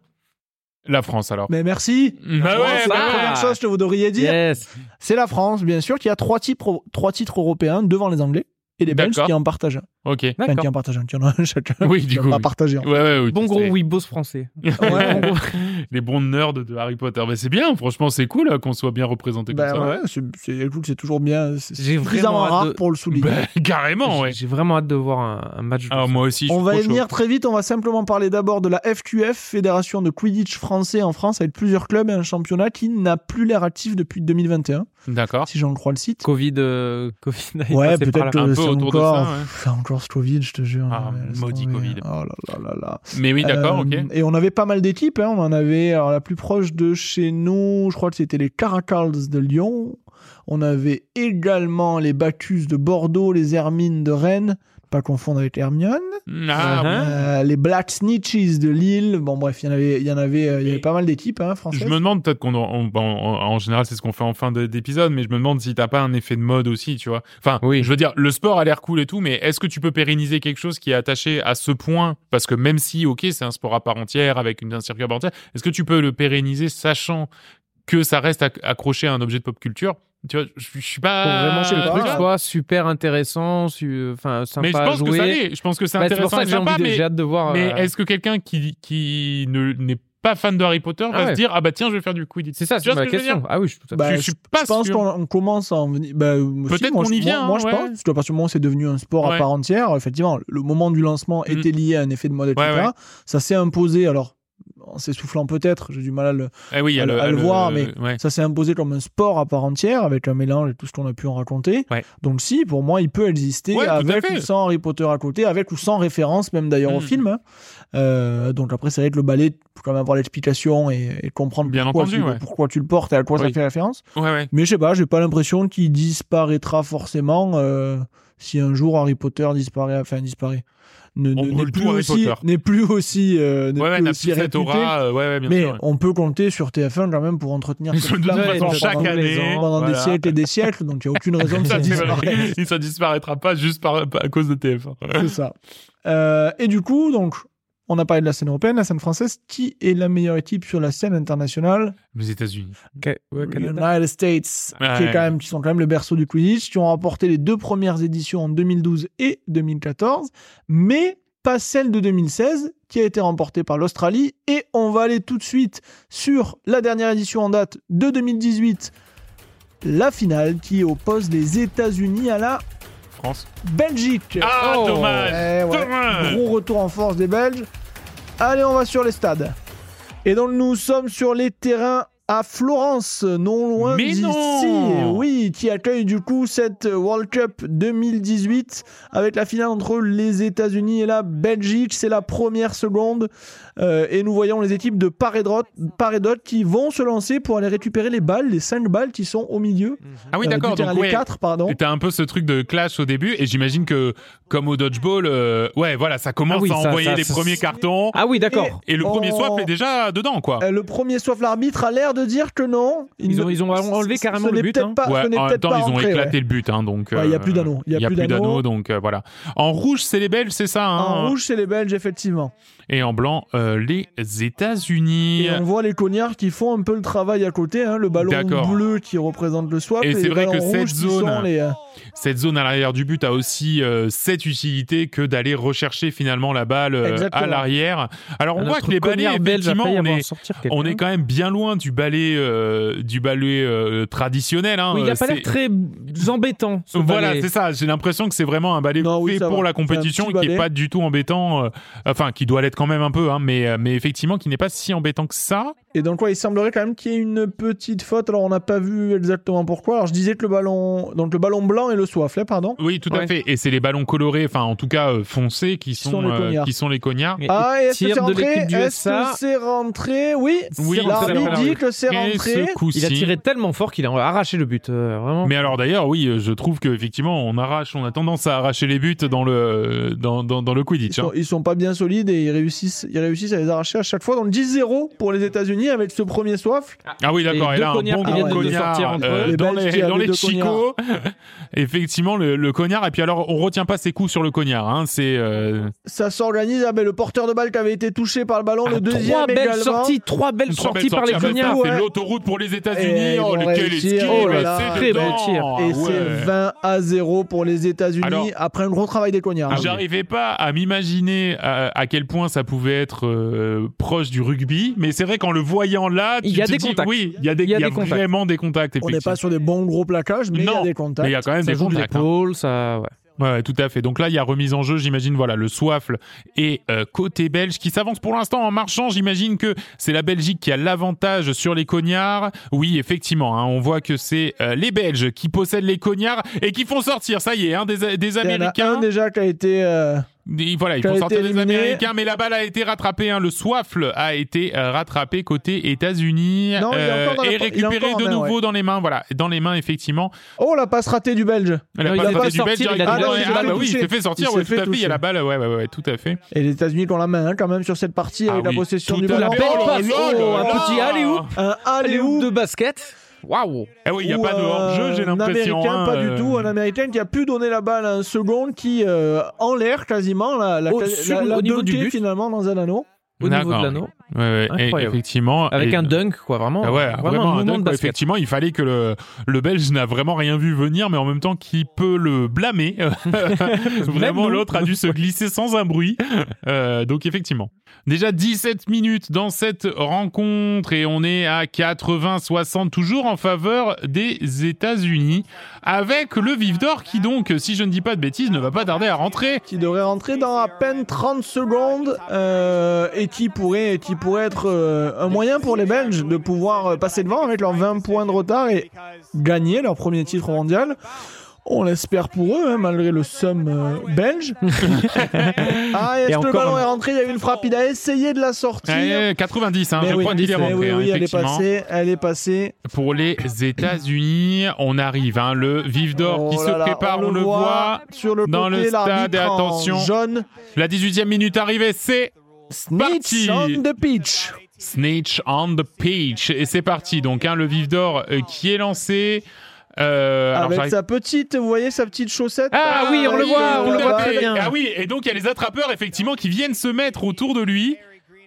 La France, alors.
Mais merci.
Bah
Oh,
ouais,
c'est
bah
la
ouais.
première chose que vous devriez dire.
Yes.
C'est la France, bien sûr, qui a trois titres, trois titres européens devant les Anglais et les Belges
D'accord.
qui en partagent un.
Ok. Ouais,
Enfin,
D'accord.
qui en partagent un, [laughs] qui en ont un chacun.
Oui,
qui
du
en
coup,
Pas
oui. [laughs]
partagé. en fait.
ouais, oui,
Bon
c'est-
gros Wibos français.
Ouais.
Bon gros-
Les bons nerds de Harry Potter. Mais c'est bien, franchement, c'est cool euh, qu'on soit bien représenté comme
Bah
ça.
ouais, c'est- c'est écoute, c'est toujours bien. C'est c'est
J'ai
suffisamment
vraiment
rare
hâte de-
pour le souligner.
Bah, [laughs] carrément, ouais.
J'ai- J'ai vraiment hâte de voir un, un match. de
Alors,
ça.
moi aussi, je suis
on va
trop
y
chaud.
venir très vite. On va simplement parler d'abord de la FQF, Fédération de Quidditch français en France, avec plusieurs clubs et un championnat qui n'a plus l'air actif depuis 2021,
D'accord.
si j'en crois le site.
Covid, euh, Covid. est
Ouais,
passé par
peut-être
là.
que
Un peu
c'est
autour de
encore,
ça, ouais.
pff, c'est encore ce Covid, je te jure.
Ah,
mais laisse
maudit
tomber.
Covid.
Oh là là là là.
Mais oui, d'accord,
Euh,
ok.
Et on avait pas mal d'équipes. hein. On en avait alors, la plus proche de chez nous, je crois que c'était les Caracals de Lyon. On avait également les Bacchus de Bordeaux, les Hermines de Rennes, pas confondre avec Hermione.
Ah,
Hein
Euh, les Black Snitches de Lille. Bon, bref, il y en avait, il y en avait, euh, il y avait
Et-
pas mal d'équipes hein, françaises.
Je me demande peut-être qu'on on- on- en, en général c'est ce qu'on fait en fin de- d'épisode, mais je me demande si t'as pas un effet de mode aussi, tu vois. Enfin,
Oui.
je veux dire, le sport a l'air cool et tout, mais est-ce que tu peux pérenniser quelque chose qui est attaché à ce point Parce que même si, ok, c'est un sport à part entière avec une, un circuit à part entière, est-ce que tu peux le pérenniser sachant que ça reste acc- accroché à un objet de pop culture Tu vois, je, je suis
Faut
pas.
vraiment que
je
le
sais
Euh, truc
pas.
soit super intéressant, su- enfin sympa
mais je pense
à jouer.
que ça l'est. Je pense que c'est
Bah, c'est
intéressant
pour ça
et
que j'ai
sympa,
envie de,
mais
j'ai hâte de voir.
mais
euh,
est-ce que quelqu'un qui, qui ne- n'est pas fan de Harry Potter
Ah
va
ouais.
se dire ah bah tiens je vais faire du Quidditch
c'est ça,
Tu
c'est
vois
ma
ce que je veux
question. Ah oui, je suis tout à fait-
Bah,
je, je suis pas
je pense
sûr.
qu'on on commence à en venir. bah, euh, si,
Peut-être
moi,
qu'on
je-
y vient,
Moi, moi, je
hein, ouais.
pense. Parce que à partir du moment où c'est devenu un sport
Ouais. Mm.
à part entière, effectivement, le moment du lancement était lié à un effet de mode, etc.
Ouais, ouais.
Ça s'est imposé. Alors, en s'essoufflant peut-être, j'ai du mal à le.
Ah oui,
à
à
le-
le,
à le voir, mais-
ouais.
Ça s'est imposé comme un sport à part entière avec un mélange et tout ce qu'on a pu en raconter.
Ouais.
Donc, si, pour moi, il peut exister
Ouais, tout à
avec
fait.
ou sans Harry Potter à côté, avec ou sans référence, même d'ailleurs au
Mm.
film. hein. Euh, donc, après, ça va être le ballet. Faut quand même avoir l'explication et, et comprendre
Bien
pourquoi,
entendu,
tu,
ouais.
pourquoi tu le portes et à quoi ça
Oui.
fait référence.
Ouais, ouais.
Mais je sais pas, j'ai pas l'impression qu'il disparaîtra forcément euh, si un jour Harry Potter disparaît, enfin disparaît. Ne, ne-
On brûle
n'est
tout
plus
Harry
aussi,
Potter.
n'est plus aussi, euh, n'est
Ouais, ouais,
plus
n'a
aussi
plus cette
réputé.
aura. euh, ouais, ouais, bien
mais
sûr. ouais.
on peut compter sur TF1 quand même pour entretenir
Ils
cette
sont de toute
flamme
Ouais,
façon
pendant-
chaque
pendant,
année.
pendant des
voilà.
siècles et des siècles, donc il n'y a aucune raison que ça
Ça, c'est vrai.
disparaisse.
Et ça disparaîtra pas juste par, par- à cause de TF1.
C'est ça. Euh, et du coup, donc, on a parlé de la scène européenne, la scène française. Qui est la meilleure équipe sur la scène internationale
Les États-Unis.
Ca- ouais, Canada.
United States,
Ouais.
qui, est quand même, qui sont quand même le berceau du Quidditch, qui ont remporté les deux premières éditions en 2012 et 2014, mais pas celle de 2016, qui a été remportée par l'Australie. Et on va aller tout de suite sur la dernière édition en date de 2018, la finale qui oppose les États-Unis à la
France.
Belgique.
Ah,
Oh.
dommage.
Eh ouais.
Dommage.
Gros retour en force des Belges. Allez, on va sur les stades. Et donc nous sommes sur les terrains à Florence, non loin
Mais
d'ici.
non
Oui, qui accueille du coup cette World Cup 2018 avec la finale entre les États-Unis et la Belgique. C'est la première seconde euh, et nous voyons les équipes de part et droite- part et d'autre qui vont se lancer pour aller récupérer les balles, les 5 balles qui sont au milieu.
Ah oui,
euh,
d'accord.
du terrain,
Donc,
les
ouais,
quatre, pardon.
Et T'as un peu ce truc de clash au début, et j'imagine que, comme au dodgeball, euh, ouais, voilà, ça commence
Ah oui,
à
ça-
envoyer
ça-
les
ça-
premiers cartons,
Ah oui, d'accord.
et le premier
Oh.
swap est déjà dedans, quoi.
Euh, Le premier sauf l'arbitre a l'air de dire que non. Il
Ils
ne-
ont- ils ont enlevé
ce-
carrément
ce
le
n'est
but,
peut-être
hein.
pas-
Ouais,
ce n'est
en même
peut-être
temps,
pas
ils ont
rentré, ouais.
éclaté le but, hein, donc.
Ouais, il y a
euh,
plus d'anneaux, il y a plus d'anneaux.
donc euh, voilà. En rouge, c'est les Belges, c'est ça. hein.
En rouge, c'est les Belges, effectivement.
Et en blanc, euh, les États-Unis.
Et on voit les cognards qui font un peu le travail à côté. hein, le ballon
D'accord.
bleu qui représente le swap.
Et c'est
les
vrai
ballons
que cette
rouges qui
zone-
sont les, euh,
Cette zone à l'arrière du but a aussi euh, cette utilité que d'aller rechercher finalement la balle euh, à
Exactement.
l'arrière. Alors on
Un
voit
autre
que les
connard
balais,
belge a
effectivement,
failli
on
avoir
est,
sortir
on
quelqu'un.
est quand même bien loin du ballet, euh, du ballet euh, traditionnel. hein.
Oui, il a
Euh,
pas l'air
c'est-
très embêtant. ce
Voilà,
balai.
c'est ça. J'ai l'impression que c'est vraiment un ballet
Non, oui,
fait
ça
pour
va.
la compétition
C'est un
qui
petit
est
ballet.
pas du tout embêtant. euh, enfin, qui doit l'être quand même un peu, hein, mais, euh, mais effectivement, qui n'est pas si embêtant que ça.
Et dans le quoi il semblerait quand même qu'il y ait une petite faute. Alors on n'a pas vu exactement pourquoi. Alors je disais que le ballon, donc le ballon blanc et le soif, là, pardon.
Oui, tout à
Ouais.
fait. Et c'est les ballons colorés, enfin en tout cas euh, foncés, qui sont,
sont les
euh,
cognards.
qui sont les cognards.
Et- et
Ah, et est-ce que
tir
c'est
de
rentré
l'équipe du
Est-ce que
USA.
c'est rentré Oui.
Oui,
c'est rentré,
L'arbitre
oui.
dit que c'est
Et
rentré.
ce coup-ci.
Il a tiré tellement fort qu'il a arraché le but. euh, vraiment.
Mais alors d'ailleurs, oui, euh, je trouve que effectivement, on arrache, on a tendance à arracher les buts dans le dans, dans, dans le
Ils
Quidditch. hein.
sont, ils sont pas bien solides et ils réussissent, ils réussissent à les arracher à chaque fois. Donc 10-0 pour les États-Unis avec ce premier soif.
Ah oui, d'accord. Et,
Et deux
là, un
cognards
bon
qui
gros
viennent de
cognard
sortir entre
euh,
eux. Les
dans
Belges
les,
qui
dans
avaient
les
deux
chicots. [laughs] effectivement, le, le cognard. Et puis alors, on retient pas ses coups sur le cognard. Hein, c'est euh,
Ça s'organise. Ah, ben, le porteur de balle qui avait été touché par le
Ah,
ballon, le deuxième
Ah, trois belles
également.
sorties, trois belles
une sortie
sorties par les
ah bah, ça,
cognards.
Ouais.
C'est l'autoroute pour les États-Unis.
Et
Oh,
ils vont
lequel
réussir.
esquive
Oh là
c'est
là.
dedans.
Très bon tir.
Ah
Et
ouais.
c'est 20 à 0 pour les États-Unis
Alors-
après un gros travail des cognards.
Ah oui.
J'arrivais pas à m'imaginer à, à quel point ça pouvait être euh, proche du rugby, mais c'est vrai qu'en le voyant là, tu
Il y a
te
des
dis,
contacts.
Oui, il y a, des, il y a
des contacts.
vraiment des contacts.
Ah On n'est
effectivement.
pas sur des bons gros plaquages, mais il y a des
Non, mais il y
contacts.
a quand même
Ça
des
joue de
contacts. hein.
l'épaule, ça. ouais.
Ouais, ouais, tout à fait. Donc là, il y a remise en jeu, j'imagine, voilà, le Soifle et euh, côté belge qui s'avance pour l'instant en marchant. J'imagine que c'est la Belgique qui a l'avantage sur les cognards. Oui, effectivement, hein, on voit que c'est euh, les Belges qui possèdent les cognards et qui font sortir, ça y est, hein, des, des
Il y en a
Américains.
un déjà qui a été. euh,
Et voilà, il
Qui a
faut
été
sortir des
éliminé.
Américains, mais la balle a été rattrapée. hein. Le Swaffle a été euh, rattrapé côté États-Unis Euh,
Non, il est encore dans la
et
po- il est
récupéré
encore en
de
main,
nouveau
ouais.
dans les mains. Voilà, dans les mains effectivement.
Oh, la passe ratée du Belge.
La
Non, il
balle
a pas
était du
sorti,
Belge
il a
directement.
été
Ah,
touché.
bah oui, il s'est fait sortir.
Il s'est
ouais, tout
fait
à fait. Il y a
toucher.
la balle. Ouais, ouais, ouais, ouais, tout à fait.
Et les États-Unis qui ont la main hein, quand même sur cette partie
Ah
avec
oui,
la possession
tout
du
à
ballon.
fait. Oh là
passe.
là
Oh,
là
un
là.
petit allez-oop.
Un
Allez-oop
alley-oop
de basket. Waouh.
Eh oui, il n'y a
ou,
pas de
euh,
hors-jeu, j'ai l'impression.
Un américain,
hein,
pas
euh,
du tout. Un américain qui a pu donner la balle à un second qui, euh, en l'air quasiment, la, la,
Au-
la-
Oh, sur-
la
au niveau du
dunkée,
but.
finalement dans un anneau.
Au niveau
D'accord.
de l'anneau.
Ouais, ouais, et
Incroyable.
effectivement.
Avec
et-
un dunk, quoi. Vraiment.
Ah ouais,
vraiment,
vraiment
un
un
moment
dunk,
de
quoi.
basket.
Effectivement, il fallait que le, le Belge n'a vraiment rien vu venir, mais en même temps, qui peut le blâmer [laughs] Vraiment,
nous.
l'autre a dû se glisser sans un bruit. Euh, donc, effectivement. Déjà 17 minutes dans cette rencontre et on est à 80-60, toujours en faveur des États-Unis, avec le Vif d'Or qui, donc, si je ne dis pas de bêtises, ne va pas tarder à rentrer.
qui devrait rentrer dans à peine 30 secondes euh, et qui pourrait, qui pourrait être euh, un moyen pour les Belges de pouvoir euh, passer devant avec leurs 20 points de retard et gagner leur premier titre mondial. On l'espère pour eux, hein, malgré le somme euh,
[laughs]
belge. ah, est-ce
Et
que le
encore
ballon
un-
est rentré Il y a eu une frappe, il a essayé de la sortir.
Eh, 90, hein,
Mais
je
Ben oui,
crois qu'il est
mais
rentré.
oui,
hein,
oui, elle est
effectivement.
passée, elle est passée.
pour les États-Unis. On arrive, hein, le Vif d'Or qui
Oh
se
là là,
prépare, on, le voit.
sur le
dans
côté,
le stade,
l'arbitre
et
en
attention.
jaune.
La 18e minute arrivée, c'est
Snitch on the pitch.
Snitch on the Pitch. Et c'est parti, donc hein, le Vif d'Or euh, qui est lancé. Euh, alors,
avec
j'arrive-
sa petite, vous voyez sa petite chaussette.
Ah oui, on le voit, on
tout
le
à
voit
fait.
très bien.
Ah oui, et donc il y a les attrapeurs effectivement qui viennent se mettre autour de lui.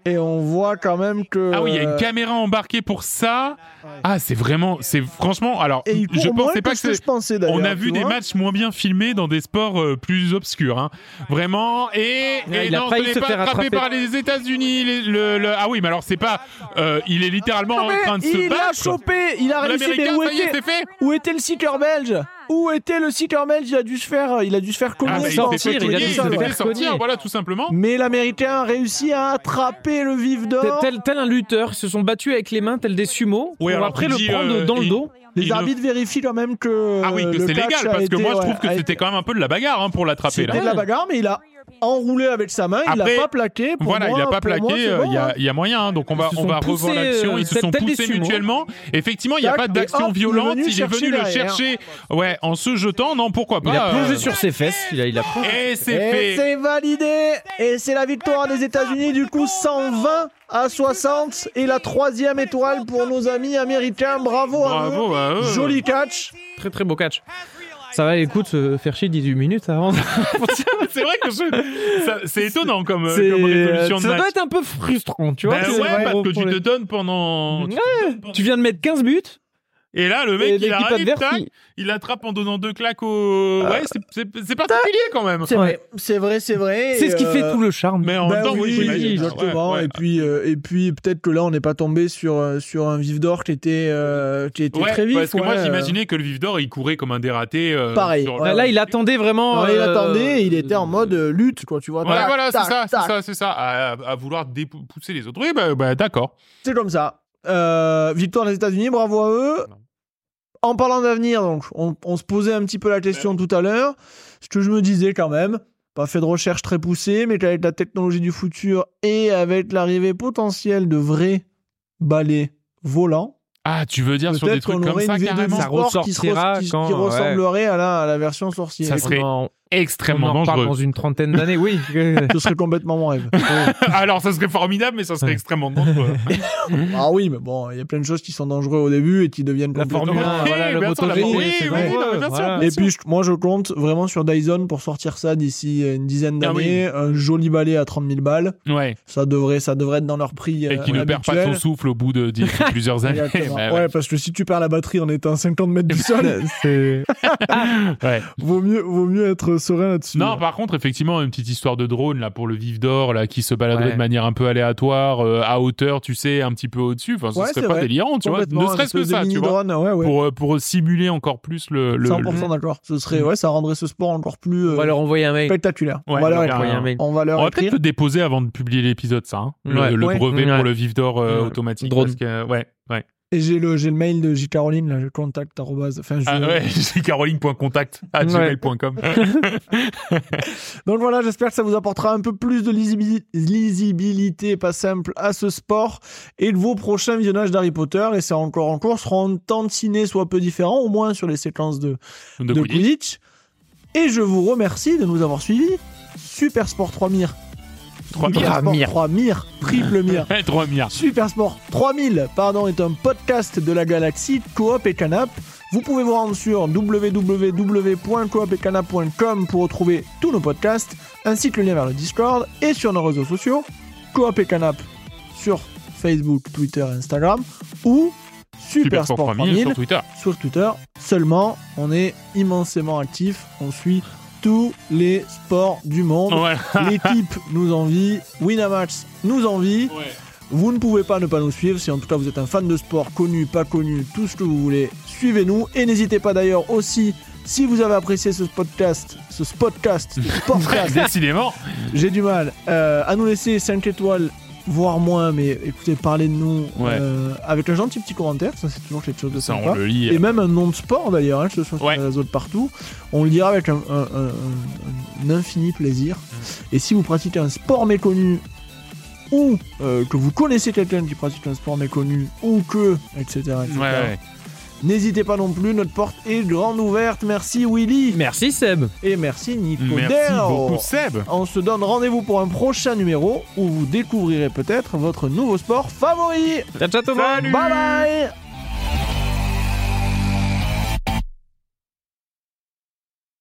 Et on voit quand même que.
Ah oui, il y a une
euh,
caméra embarquée pour ça. Ah, c'est vraiment, c'est franchement, alors
Et il court
je
moins
pensais pas
que
que
ce que
c'est.
je pensais d'ailleurs.
On a
tu
vu des
vois.
matchs moins bien filmés dans des sports euh, plus obscurs, hein. vraiment. Et,
Ouais,
et
il a
non,
failli
ce n'est
se
pas
faire
attrapé
attraper.
par les États-Unis. les- le- le- Ah oui, mais alors c'est pas. euh, il est littéralement en train de se
il a
battre.
chopé, il a réussi. Mais
L'Américain,
où
ça y est,
était,
c'est fait.
où était le seeker belge Où était le site Hermel Il a dû se faire, il a dû se faire cogner.
Ah, bah,
par-
il s'est fait
sortir, il a
cogner,
dû
il
se
s'est fait
faire
sortir,
cogner.
voilà, tout simplement.
Mais l'Américain a réussi à attraper le vif d'or.
Tel, tel un lutteur, ils se sont battus avec les mains, tel des sumo,
Ouais,
pour
alors,
après
tu
le
dis,
prendre
euh,
dans le
il-
dos.
Les
Il
arbitres vérifient quand même que.
Ah oui, que
euh, le
c'est
catch
légal,
a
parce que
été,
moi je
ouais,
trouve que
a
c'était
été-
quand même un peu de la bagarre hein, pour l'attraper là.
C'était de la bagarre, mais il a enroulé avec sa main, il
Après,
a pas plaqué. Pour
Voilà,
moi,
il a pas
pour moi,
plaqué,
c'est
euh,
bon,
il y,
hein.
a, il y a moyen, hein, donc on va,
Ils se
on
sont
va revoir
poussés,
l'action, ils
euh,
se sont
tel des
poussés
sumo.
mutuellement. Effectivement, il n'y a
Tac,
pas
et
d'action
hop, il est
violente,
venu
il est
chercher
venu le
derrière.
chercher ouais, en se jetant, non, pourquoi pas.
Il a plongé
euh,
sur ses fesses. Il a, il a plongé.
Et c'est
Et
fait.
c'est validé Et c'est la victoire des États-Unis, du coup 120 à 60 et la troisième étoile pour nos amis américains. Bravo, à
Bravo à
eux.
eux.
Joli catch.
Très très beau catch. Ça va, écoute, se faire chier 18 minutes avant.
Bah, [laughs] C'est vrai que je- ça- c'est étonnant comme, euh,
C'est-
comme résolution de
ça
match.
doit être un peu frustrant, tu vois.
Ben ouais,
c'est vrai,
parce
au
que tu te
problème.
donnes pendant.
Ouais, tu viens de mettre 15 buts
Et là, le
et
mec, il
l'équipe
arrive,
adverse,
tac,
il-
il attrape en donnant deux claques au. Ouais, c'est- c'est c'est particulier quand même.
C'est vrai.
C'est vrai, c'est vrai.
C'est ce qui
Et,
fait
euh,
tout le charme.
Mais en
bah
même temps,
oui,
oui, j'imagine.
exactement.
Ouais, ouais.
Et puis, euh, et puis peut-être que là, on n'est pas tombé sur euh, sur un vif d'or qui était euh, qui était
Ouais,
très vif.
parce que
ouais. euh.
moi, j'imaginais que le vif d'or, il courait comme un dératé. euh,
Pareil,
sur-
ouais.
Là, il attendait vraiment.
Non, il
euh,
attendait, il était en mode euh, lutte, quoi. Tu vois.
Voilà,
tac,
voilà, c'est
tac,
ça, c'est
tac.
ça, c'est ça. À, à vouloir dépou- pousser les autres. Oui, bah, bah, d'accord.
C'est comme ça. Euh, victoire des États-Unis, bravo à eux.
Non.
En parlant d'avenir, donc, on, on se posait un petit peu la question tout à l'heure. Ce que je me disais quand même, pas fait de recherche très poussée, mais qu'avec la technologie du futur et avec l'arrivée potentielle de vrais balais volants,
Ah, tu veux dire sur des
peut-être
trucs
qu'on
comme
aurait
ça,
une V2
carrément
ça
sport qui, se
ressortira
qui- qui
quand, ouais.
ressemblerait à, la, à la version sorcier.
Ça
Et
serait
on en, on
Extrêmement
en parle dans
dangereux.
une trentaine d'années, oui.
ce serait [laughs] complètement mon
[laughs]
rêve.
Alors, ça serait formidable, mais ça serait
Ouais.
extrêmement dangereux.
ah oui, mais bon, il y a plein de choses qui sont dangereuses au début et qui deviennent
La
complètement-
Formule 1,
Oui,
voilà, le
bien sûr, la
MotoGP,
Formule- oui,
c'est
oui,
dangereux,
non, mais bien sûr,
[laughs]
voilà.
Et puis, je- moi, je compte vraiment sur Dyson pour sortir ça d'ici euh, une dizaine
Ah oui.
d'années. Un joli balai à 30 000 balles.
ouais.
Ça devrait, ça devrait être dans leur prix.
Et
euh,
qui ne perd pas son
habituel.
[laughs] souffle au bout de
[laughs]
dix- plusieurs années.
Exactement.
Bah,
ouais,
ouais.
parce que si tu perds la batterie en étant à 50 mètres
[laughs]
du sol,
C'est-
Ouais.
vaut mieux, vaut mieux être serein là-dessus.
Non, par contre, effectivement, une petite histoire de drone là pour le vif d'or là qui se baladerait
Ouais.
de manière un peu aléatoire euh, à hauteur, tu sais, un petit peu au-dessus. Enfin, ce
Ouais,
serait
c'est
pas
vrai.
délirant, tu vois.
Complètement,
Ne
un
serait-ce que
espèce de
ça, tu vois,
mini-drone, ouais, ouais.
pour euh, pour simuler encore plus le. le-
100%
le-
d'accord. Ce serait, ouais, ça rendrait ce sport encore plus euh,
On va leur envoyer un mail.
spectaculaire.
Ouais,
on va leur
alors,
écrire.
Envoyer un mail.
On va
On
leur
va peut-être
écrire.
le déposer avant de publier l'épisode, ça. hein. Le,
Ouais.
le
Ouais.
brevet
Ouais.
pour le vif d'or euh,
Ouais.
automatique.
Drone.
parce que- euh, ouais, ouais.
Et j'ai le, j'ai le mail de J. Caroline, là, je contacte, arrobase. Enfin, je-
Ah ouais, [laughs] c'est caroline.contact à
Ouais.
gmail.com.
Donc voilà, j'espère que ça vous apportera un peu plus de lisibili- lisibilité, pas simple, à ce sport. Et vos prochains visionnages d'Harry Potter, et c'est encore en cours, seront tantinés, soit peu différents, au moins sur les séquences de,
De
de,
Quidditch.
Quidditch. Et je vous remercie de nous avoir suivis. Super Sport 3000.
Trois
Super
mire.
Sport 3000. Triple mire.
Ouais, Trois milliards.
Super Sport 3000, pardon, est un podcast de la galaxie Coop et Canap. Vous pouvez vous rendre sur www.coopetcanap.com pour retrouver tous nos podcasts, ainsi que le lien vers le Discord et sur nos réseaux sociaux, Coop et Canap sur Facebook, Twitter, Instagram ou Super, Sport 3000
sur Twitter.
sur Twitter. Seulement, on est immensément actifs, on suit tous les sports du monde.
Voilà.
[laughs] L'équipe nous envie, Winamax nous envie. Vous ne pouvez pas ne pas nous suivre. Si en tout cas vous êtes un fan de sport, connu, pas connu, tout ce que vous voulez, suivez-nous. Et n'hésitez pas d'ailleurs aussi, si vous avez apprécié ce podcast, ce podcast,
[laughs]
ce podcast,
Décidément.
j'ai du mal, euh, à nous laisser 5 étoiles, voire moins, mais écoutez, parlez de nous
Ouais.
euh, avec un gentil petit commentaire. Ça, c'est toujours quelque chose de
Ça,
sympa.
on le lit.
Et même un nom de sport d'ailleurs, hein, que ce soit
Ouais.
sur les réseaux de partout, on le dira avec un, un- un- un- un infini plaisir.
Mm.
Et si vous pratiquez un sport méconnu, ou euh, que vous connaissez quelqu'un qui pratique un sport méconnu, ou que, etc., etc.,
Ouais, ouais.
n'hésitez pas non plus, notre porte est grande ouverte. Merci Willy
Merci Seb.
et merci Nico
Merci
Dell.
beaucoup, Seb.
On se donne rendez-vous pour un prochain numéro où vous découvrirez peut-être votre nouveau sport favori.
Ciao, ciao tout le monde.
Bye bye